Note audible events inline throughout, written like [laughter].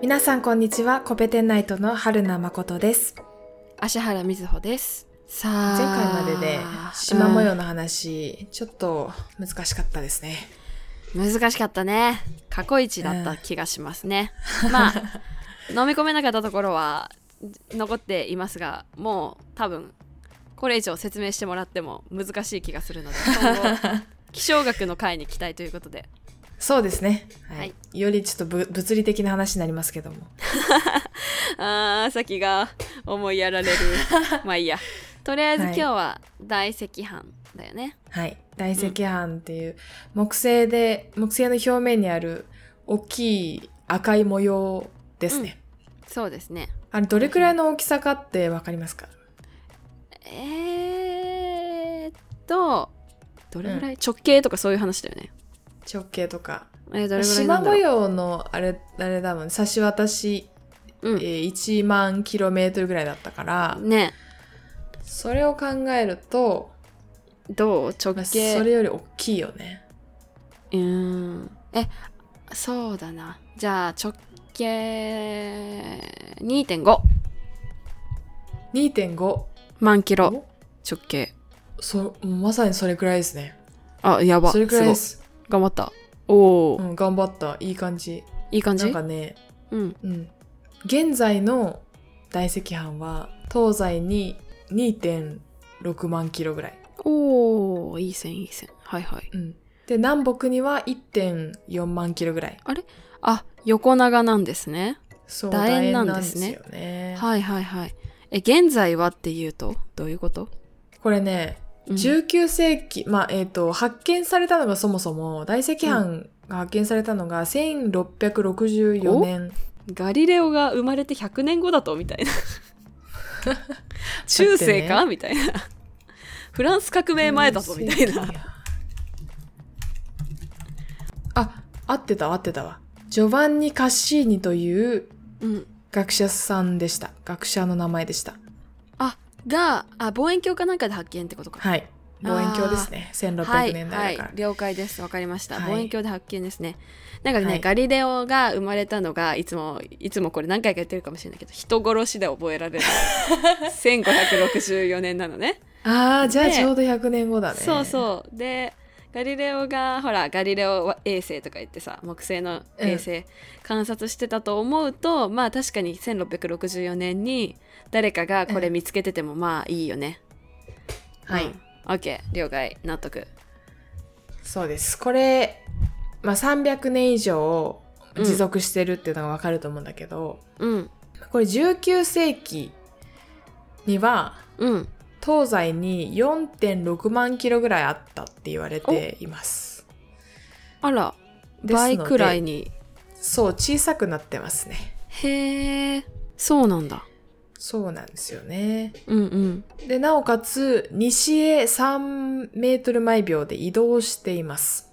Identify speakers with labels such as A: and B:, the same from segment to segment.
A: 皆さんこんにちはコペテンナイトの春名誠です
B: 芦原瑞穂です。さあ
A: 前回までで縞模様の話、ちょっと難しかったですね
B: うん難しかったね。過去一だった気がしますね。まあ飲み込めなかったところは残っていますが、もう多分これ以上説明してもらっても難しい気がするので、今後気象学の会に期待ということで。
A: そうですね、はい
B: はい
A: よりちょっとぶ物理的な話になりますけども
B: あー先が思いやられる。まあいいや。とりあえず
A: は
B: 今
A: い
B: 日は大赤飯だよね。
A: はい大赤斑っていう木星で木星の表面にある大きい赤い模様ですね、
B: そうですね。
A: あれどれくらいの大きさかってわかりますか
B: えーっとどれぐらい、直径とかそういう話だよね。
A: 直径とか
B: えー、どれぐらいな
A: 縞
B: んだ
A: 模
B: ろう
A: 様のあれあれだもん差し渡し、
B: う
A: えー1万キロメートルぐらいだったから
B: ん、ね
A: それを考えると、
B: どう直
A: まあそ
B: 径、
A: れより大きいよね
B: うーんえそうだなじゃあ直径2.5
A: 2.5
B: 万キロ
A: お
B: 直径
A: そまさにそれくらいですね
B: あやば
A: それくらいです
B: ごい頑張ったおお、
A: うん頑張ったいい感じ
B: いい感
A: な
B: じ
A: んかね
B: うん
A: うん現在の大赤斑は東西に2.6万キロぐらい、
B: おおいい線いい線はいはい
A: うん、で南北には1.4万キロぐらい
B: あ横長なんですね
A: そう
B: 楕円
A: 楕
B: なんですね
A: よね
B: はいはいはいえ現在はっていうとどういうこと、
A: これね
B: うん
A: 19世紀、まあえっと発見されたのがそもそも大赤斑が発見されたのが1664年、
B: ガリレオが生まれて100年後だとみたいな中世か、みたいなフランス革命前だぞみたいな
A: あ合ってた合ってたわジョバンニ・カッシーニという
B: うん
A: 学者さんでした学者の名前でした
B: があ望遠鏡かなんかで発見ってこと [laughs] か
A: はい望遠鏡ですね
B: は
A: 1600
B: い、
A: 年
B: は
A: 代だから、
B: い、了解ですわかりました、
A: はい
B: 望遠鏡で発見ですねなんかね、
A: はい
B: ガリレオが生まれたのがいつもいつもこれ何回か言ってるかもしれないけど人殺しで覚えら [laughs] れる1564年なのね
A: ああじゃあ
B: で
A: ちょうど100年後だね
B: そうそうでガリレオがほらガリレオ衛星とか言ってさ木星の衛星、観察してたと思うとまあ確かに1664年に誰かがこれ見つけててもまあいいよね、
A: はい、
B: うん、OK 了解納得
A: そうです。これ、まあ、300年以上
B: うん
A: 持続してるっていうのがわかると思うんだけど、
B: うん
A: これ19世紀には
B: うん
A: 東西に4.6万キロぐらいあったって言われています。
B: あら
A: ですので
B: 倍くらいに
A: そう、小さくなってますね。
B: へえそうなんだ
A: そうなんですよね。
B: うんうん
A: で、なおかつ、西へ3メートル毎秒で移動しています。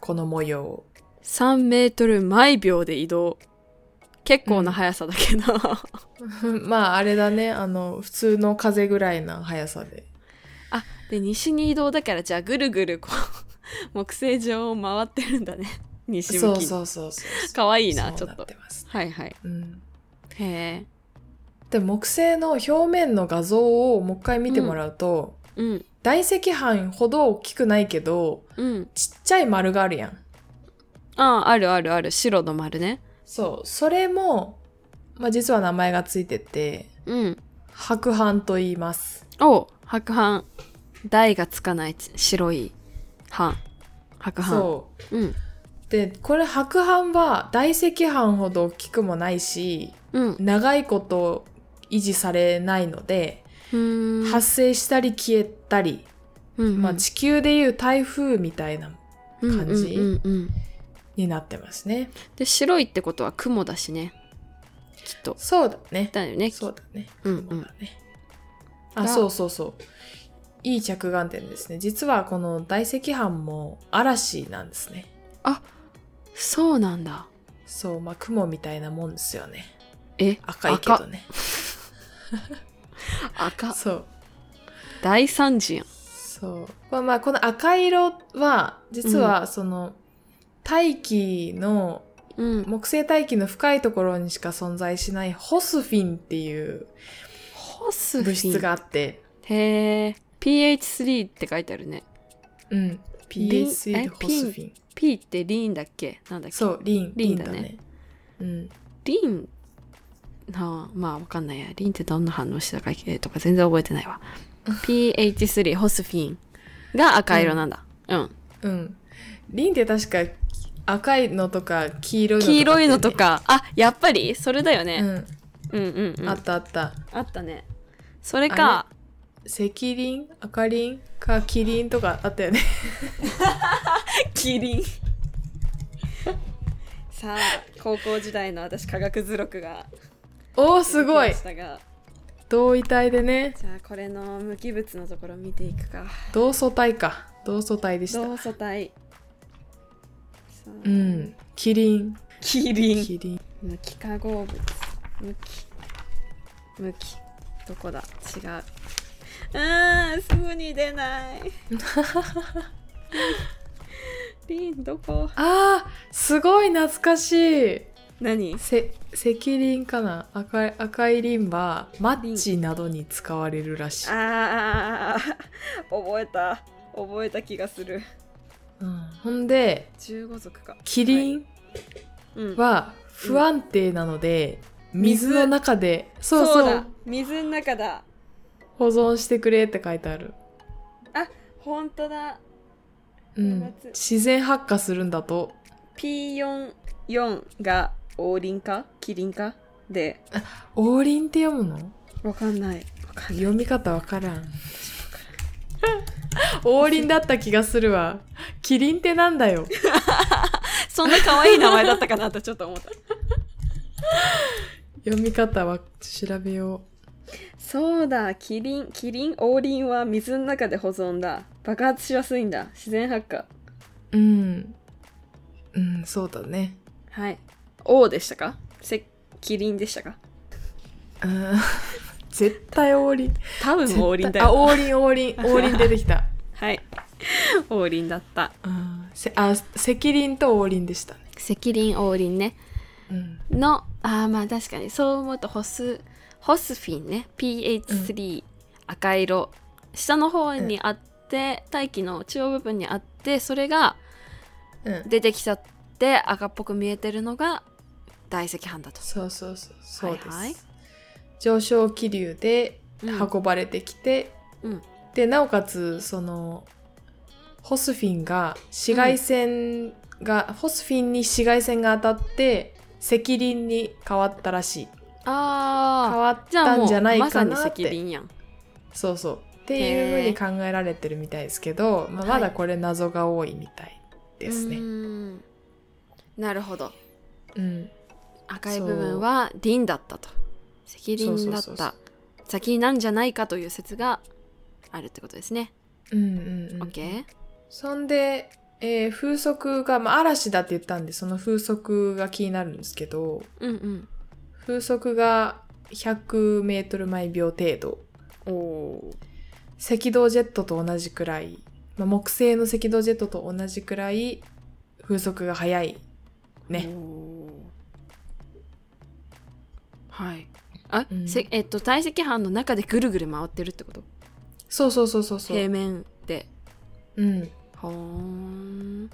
A: この模様を。 [laughs]
B: 3メートル毎秒で移動結構な速さだけど、
A: まあ、あれだね。あの、普通の風ぐらいな速さで。
B: で西に移動だからじゃあぐるぐるこう [laughs] 木星上を回ってるん
A: [laughs]
B: だね西向きに
A: そうそうそうそう。
B: かわいいな
A: そ
B: ち
A: う
B: ょっ
A: な
B: と
A: てます
B: はいはい
A: うん、
B: へえ
A: で木星の表面の画像をもう一回見てもらうと、
B: うん
A: 大赤斑ほど大きくないけど
B: うん
A: ちっちゃい丸があるやん
B: あああるあるある白の丸ね
A: そうそれも、まあ、実は名前がついてて
B: うん
A: 白斑と言います
B: お白斑台がつかないち白い斑白斑
A: そう
B: うん
A: でこれ白斑は大赤斑ほど大きくもないし
B: うん
A: 長いこと維持されないので、
B: うーん
A: 発生したり消えたり、
B: うんうん
A: まあ、地球でいう台風みたいな感じ
B: うんうんうんうん
A: になってますね。
B: で白いってことは雲だしねきっと
A: そうだね。
B: だよね
A: そうだね。
B: うん
A: そううんだね。あ、
B: が
A: そうそうそう。いい着眼点ですね。実はこの大赤斑も嵐なんですね。
B: そうなんだ
A: そう、まあ雲みたいなもんですよね。
B: え
A: 赤いけどね。
B: 赤赤
A: そう。
B: 大惨事やん
A: そう。まあ、まあこの赤色は、実はその、大気の
B: うん。
A: 木星大気の深いところにしか存在しないホスフィンっていう
B: ホスフィ
A: 物
B: ン。
A: 質があって、
B: へえ。pH3 って書いてあるね。
A: うん。
B: リン
A: PHC
B: え
A: でホスフィン。
B: P ってリンだっけなんだっけ
A: そう、リン。
B: リ
A: リ
B: ン
A: ン
B: だ
A: だ
B: ね
A: ね。うん。
B: リンなあまあわかんないやリンってどんな反応してたかえーとか全然覚えて [laughs] ないわ pH3 ホスフィンが赤色なんだうん、
A: うん。リンって確か赤いのとか黄色いのとか、
B: 黄色いのと。かあやっぱりそれだよ
A: う
B: ね、
A: ん。
B: うん、うんうん
A: あったあった。
B: あったねそれか
A: 赤リン赤リンかキリンとかあったよね。 [laughs]
B: キリン [laughs] さあ高校時代の私科学図録が
A: おー、すご
B: 出
A: い
B: てきましたが
A: 同位体でね。
B: じゃあこれの無機物のところ見ていくか
A: 同素体か。同素体でした。
B: 同素体さあ
A: うん。キリン。
B: キリン
A: キリン。
B: 無機化合物無機無機どこだ違うあーすぐに出な
A: [laughs]
B: いリンどこ
A: あー、すごい懐かしい。
B: 何
A: せ赤リンかな赤い赤いリンはマッチなどに使われるらしい、
B: あー覚えた覚えた気がする
A: うんほんで
B: 15族か
A: キリン
B: うん
A: は不安定なので、水の中でそ
B: そ
A: ううそう
B: だ水の中だ
A: 保存してくれって書いてある、
B: 本当だ
A: うん
B: 夏、
A: 自然発火するんだと
B: P44 が王林かキリンかで
A: 王林って読むの
B: わかんないわかんない
A: 読み方わからん王林だった気がするわキリンってなんだよ
B: そんな可愛い名前だったかなとちょっと思った
A: 読み方は調べよう
B: [laughs] そうだキリンキリン王林は水の中で保存だ爆発しやすいんだ自然発火
A: うん。うん、そうだね。
B: はい王でしたかせキリンでしたか
A: うん [laughs] 絶対王林。
B: 多分王林だ
A: あ、
B: よ
A: 王林、王林、王林出てきた。
B: はい [laughs] 王林だった
A: うん。せあ、赤林と王林でしたね。
B: 赤林王林ね
A: うん。
B: のあーまあ確かにそう思うとホスホスフィンね pH3、赤色下の方にあって、大気の中央部分にあってそれが
A: うん。
B: 出てきちゃって赤っぽく見えてるのが大赤斑だと
A: そうそうそう、そうです。
B: はいはい
A: 上昇気流で
B: うん
A: 運ばれてきて、
B: うん
A: で、なおかつ、その、ホスフィンが紫外線が、ホスフィンに紫外線が当たって、赤林に変わったらしい。
B: あ
A: 変
B: あ
A: わっ
B: じゃあ
A: た
B: も
A: んじゃな
B: う
A: い
B: まさ
A: か
B: に
A: な
B: 赤
A: って。
B: 輪やん
A: そうそう。っていうふうに考えられてるみたいですけど、まあ、
B: はい
A: まだこれ謎が多いみたいですね。
B: うーんなるほど
A: うん。
B: 赤い部分は輪だったと赤輪だ
A: そうそうそ
B: っ
A: うそ
B: た
A: う
B: 先なんじゃないかという説があるってことですね、
A: うんうんうん
B: オッケー
A: そんで、えー風速が、まあ、嵐だって言ったんで、その風速が気になるんですけど、
B: うん
A: 風速が100メートル毎秒程度。
B: うんお
A: 赤道ジェットと同じくらい、まあ、木星の赤道ジェットと同じくらい風速が速い。ね。
B: はいあ、
A: うん
B: せえっと体積班の中でぐるぐる回ってるってこと
A: そうそうそうそうそ
B: 平
A: う。
B: 面で
A: うん。
B: ほーん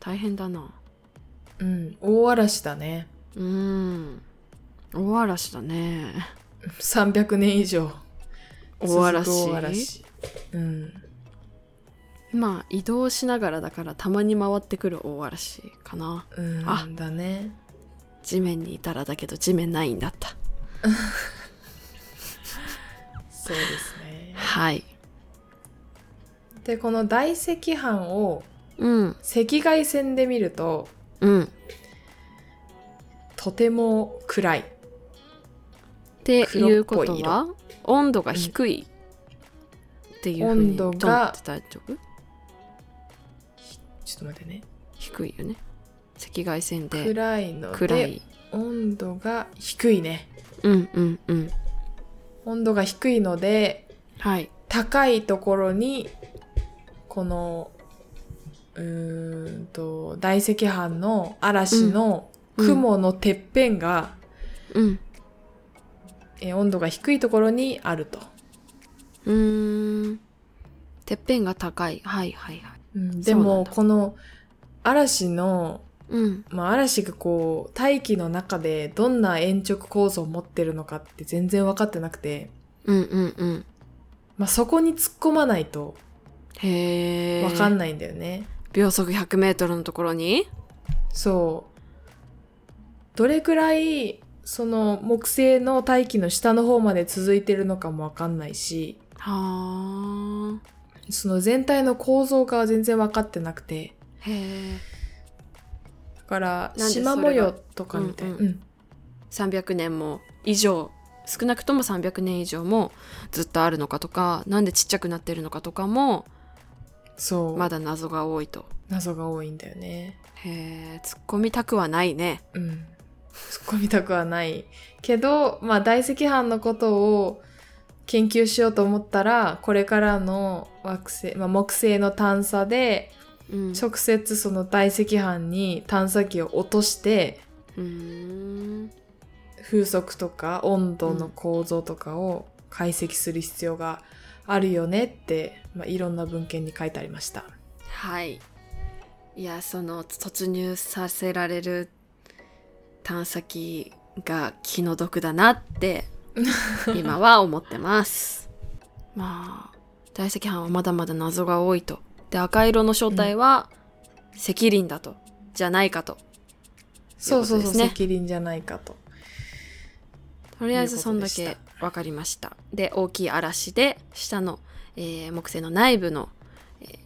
B: 大変だな
A: うん。大嵐だね。 [laughs]
B: うーん大嵐だね
A: 300年以上。
B: 大嵐
A: 続く大嵐うん
B: まあ移動しながらだからたまに回ってくる大嵐かな
A: うん
B: あ
A: だね
B: 地面にいたらだけど地面ないんだった
A: そうですね
B: はい
A: でこの大赤斑を
B: うん
A: 赤外線で見ると
B: うん
A: とても暗い
B: っていうこ
A: 黒
B: と
A: っぽい
B: は温度が低いっていうふうに
A: 温度が
B: と伝えておく
A: ちょっと待ってね
B: 低いよね赤外線で
A: 暗いの
B: 暗
A: で
B: い
A: 温度が低いね
B: うんうんうん
A: 温度が低いので
B: はい
A: 高いところにこのうーんと大赤斑の嵐の雲のてっぺんが、
B: うん
A: えー温度が低いところにあると、
B: うーんてっぺんが高いはいはいはい
A: うんで
B: そうなん
A: も
B: だ
A: この嵐の、
B: うん
A: まあ、嵐がこう大気の中でどんな鉛直構造を持ってるのかって全然分かってなくて、
B: うんうんうん
A: まあ、そこに突っ込まないと
B: へえ
A: 分かん
B: い
A: ないんだよね、
B: 秒速 100m のところに
A: そうどれくらいその木星の大気の下の方まで続いてるのかも分かんないし
B: はあ
A: その全体の構造が全然分かってなくて
B: へえ
A: だから
B: なんでそれが
A: 縞模様とかみたいな、
B: うんうん300年も以上少なくとも300年以上もずっとあるのかとかなんでちっちゃくなってるのかとかも
A: そう、
B: まだ謎が多いと
A: 謎が多いんだよね
B: へえ突っ込みたくはないね
A: うん突っ込みたくはないけどまあ大赤斑のことを研究しようと思ったらこれからの惑星、まあ、木星の探査で
B: うんう
A: 直接その大赤斑に探査機を落として
B: ーん
A: 風速とか温度の構造とかを解析する必要があるよねって、まあ、いろんな文献に書いてありました。
B: はいいやその突入させられる探査機が気の毒だなって [laughs] 今は思ってますまあ大赤斑はまだまだ謎が多いとで赤色の正体は赤輪だと、じゃないかと
A: そうそう
B: という
A: そう、
B: ことですね
A: 責任じゃないかと。
B: とりあえずそんだ
A: いう
B: け
A: こ
B: 分かりましたで大きい嵐で下の、えー木星の内部の、えー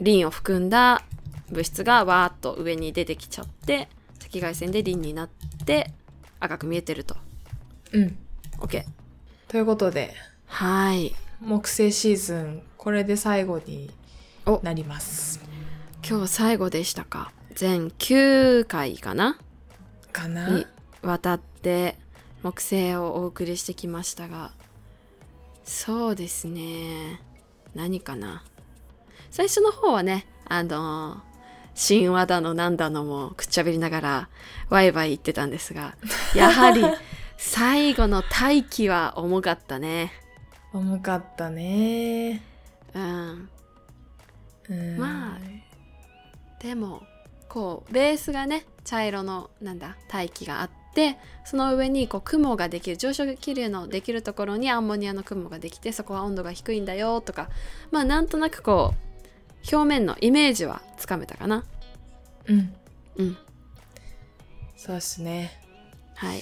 B: リンを含んだ物質がわーっと上に出てきちゃって赤外線でリンになって赤く見えてると
A: うん。
B: OK
A: ということで、
B: はい
A: 木星シーズン、これで最後に
B: お
A: なります。
B: 今日最後でしたか全9回かな
A: かな、
B: にわたって木星をお送りしてきましたがそうですね何かな最初の方はねあの神話だのなんだのもくっちゃべりながらワイワイ言ってたんですがやはり最後の大気は重かったね
A: 重かったね。
B: うん
A: うん
B: まあでもこうベースがね茶色のなんだ大気があってその上にこう雲ができる上昇気流のできるところにアンモニアの雲ができてそこは温度が低いんだよとかまあなんとなくこう表面のイメージはつかめたかな
A: うん。
B: うん
A: そうですね。
B: はい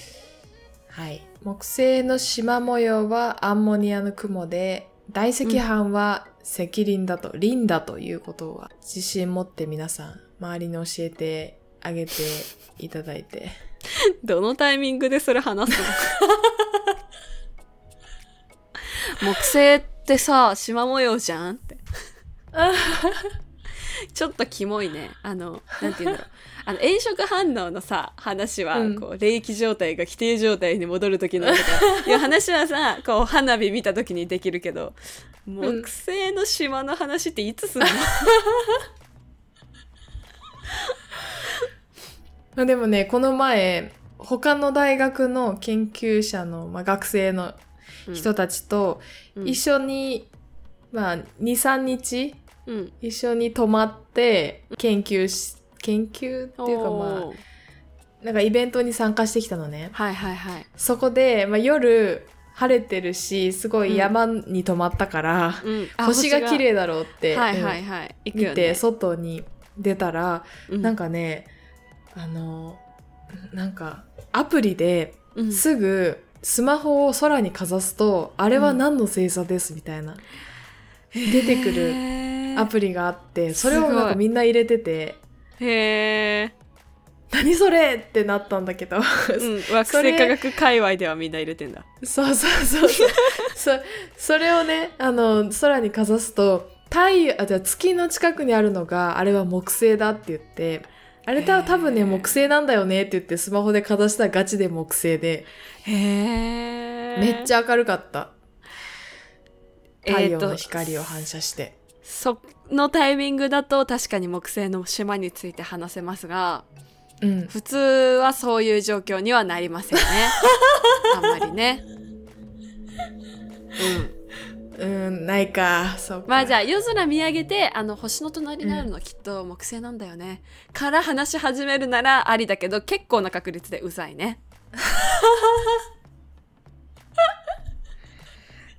A: はい。木星の縞模様はアンモニアの雲で、大赤斑は赤輪だと、輪だということは自信持って皆さん、周りに教えてあげていただいて。 [laughs]
B: どのタイミングでそれ話すの木星ってさ縞模様じゃ
A: [laughs]
B: んってちょっとキモいね
A: [laughs]
B: あのなんていうんだろうあの炎色反応のさ話は、
A: うん
B: こう冷気状態が規定状態に戻る時のと
A: [laughs]
B: かいう話はさこう花火見た時にできるけど木星の島の話っていつすんの、
A: まあでもね、この前、他の大学の研究者の、まあ、学生の人たちと
B: うん
A: 一緒に、まあ、2、3日
B: うん
A: 一緒に泊まって研究し、研究っていうかま
B: おー
A: あ、なんかイベントに参加してきたのね。
B: はいはいはい
A: そこで、まあ、夜、晴れてるし、すごい山に泊まったから、
B: うんあ
A: 星が綺麗だろうって、
B: はいは
A: う
B: い
A: ん
B: はい、行くよ
A: 見
B: ね
A: て、外に出たら、
B: うん
A: なんかね、あの、なんか、アプリで、
B: うん
A: すぐスマホを空にかざすと、あれは何の星座ですみたいな、出てくる
B: へー
A: アプリがあって、それを
B: すごい
A: なんかみんな入れてて、
B: へ
A: 何それってなったんだけど、 [laughs]
B: え、うん、惑星科学界隈ではみんな入れてんだ
A: そうそうそう
B: [laughs]
A: そうそ。それをね、あの、空にかざすと、太陽、あ、じゃあ月の近くにあるのが、あれは木星だって言って、あれ
B: へ
A: た
B: ー
A: 多分ね、木星なんだよねって言って、スマホでかざしたらガチで木星で、
B: へえ
A: めっち
B: ゃ
A: ゃ明るかった。太陽の光を反射して。
B: そのタイミングだと確かに木星の島について話せますが
A: うん。
B: 普通はそういう状況にはなり
A: [laughs]
B: ませんねあんまりねうん
A: うん、ないか。そうか。
B: まあじゃ
A: あ。
B: あ夜空見上げてあの星の隣にあるのきっと木星なんだよね、から話し始めるならありだけど結構な確率でうざい [laughs] ね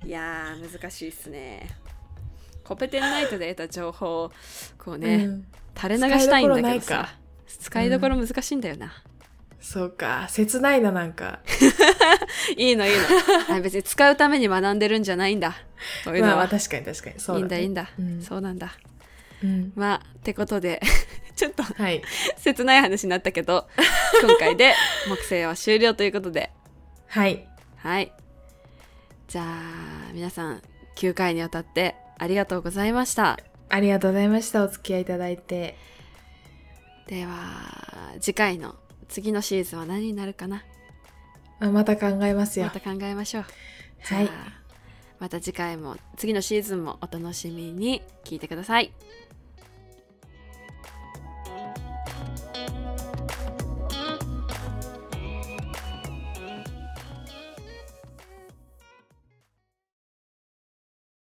B: いやー難しいっすねコペテンナイトで得た情報をこうね、
A: うん
B: 垂れ流したいんだけど
A: 使いどころない
B: さ使いどころ難しいんだよな、
A: そうか。切ないな、なんか。
B: いいのいいの [laughs] あ別に使うために学んでるんじゃないんだそういうの
A: ま
B: は、
A: あまあ、確かに確かに。そう
B: いい
A: だ
B: んだ
A: ね、
B: いいんだ、
A: うん
B: そうなんだ
A: うん。
B: まあってことで [laughs] ちょっと
A: はい。
B: 切ない話になった
A: [laughs]
B: けど今回で木星は終了ということで
A: はい。
B: はいじゃあ皆さん9回にわたってありがとうございました
A: ありがとうございました。お付き合いいただいて。
B: では次回の次のシーズンは何になるかな
A: まあまた考えますよ。
B: また考えましょう
A: はい
B: じゃあまた次回も次のシーズンもお楽しみに聞いてください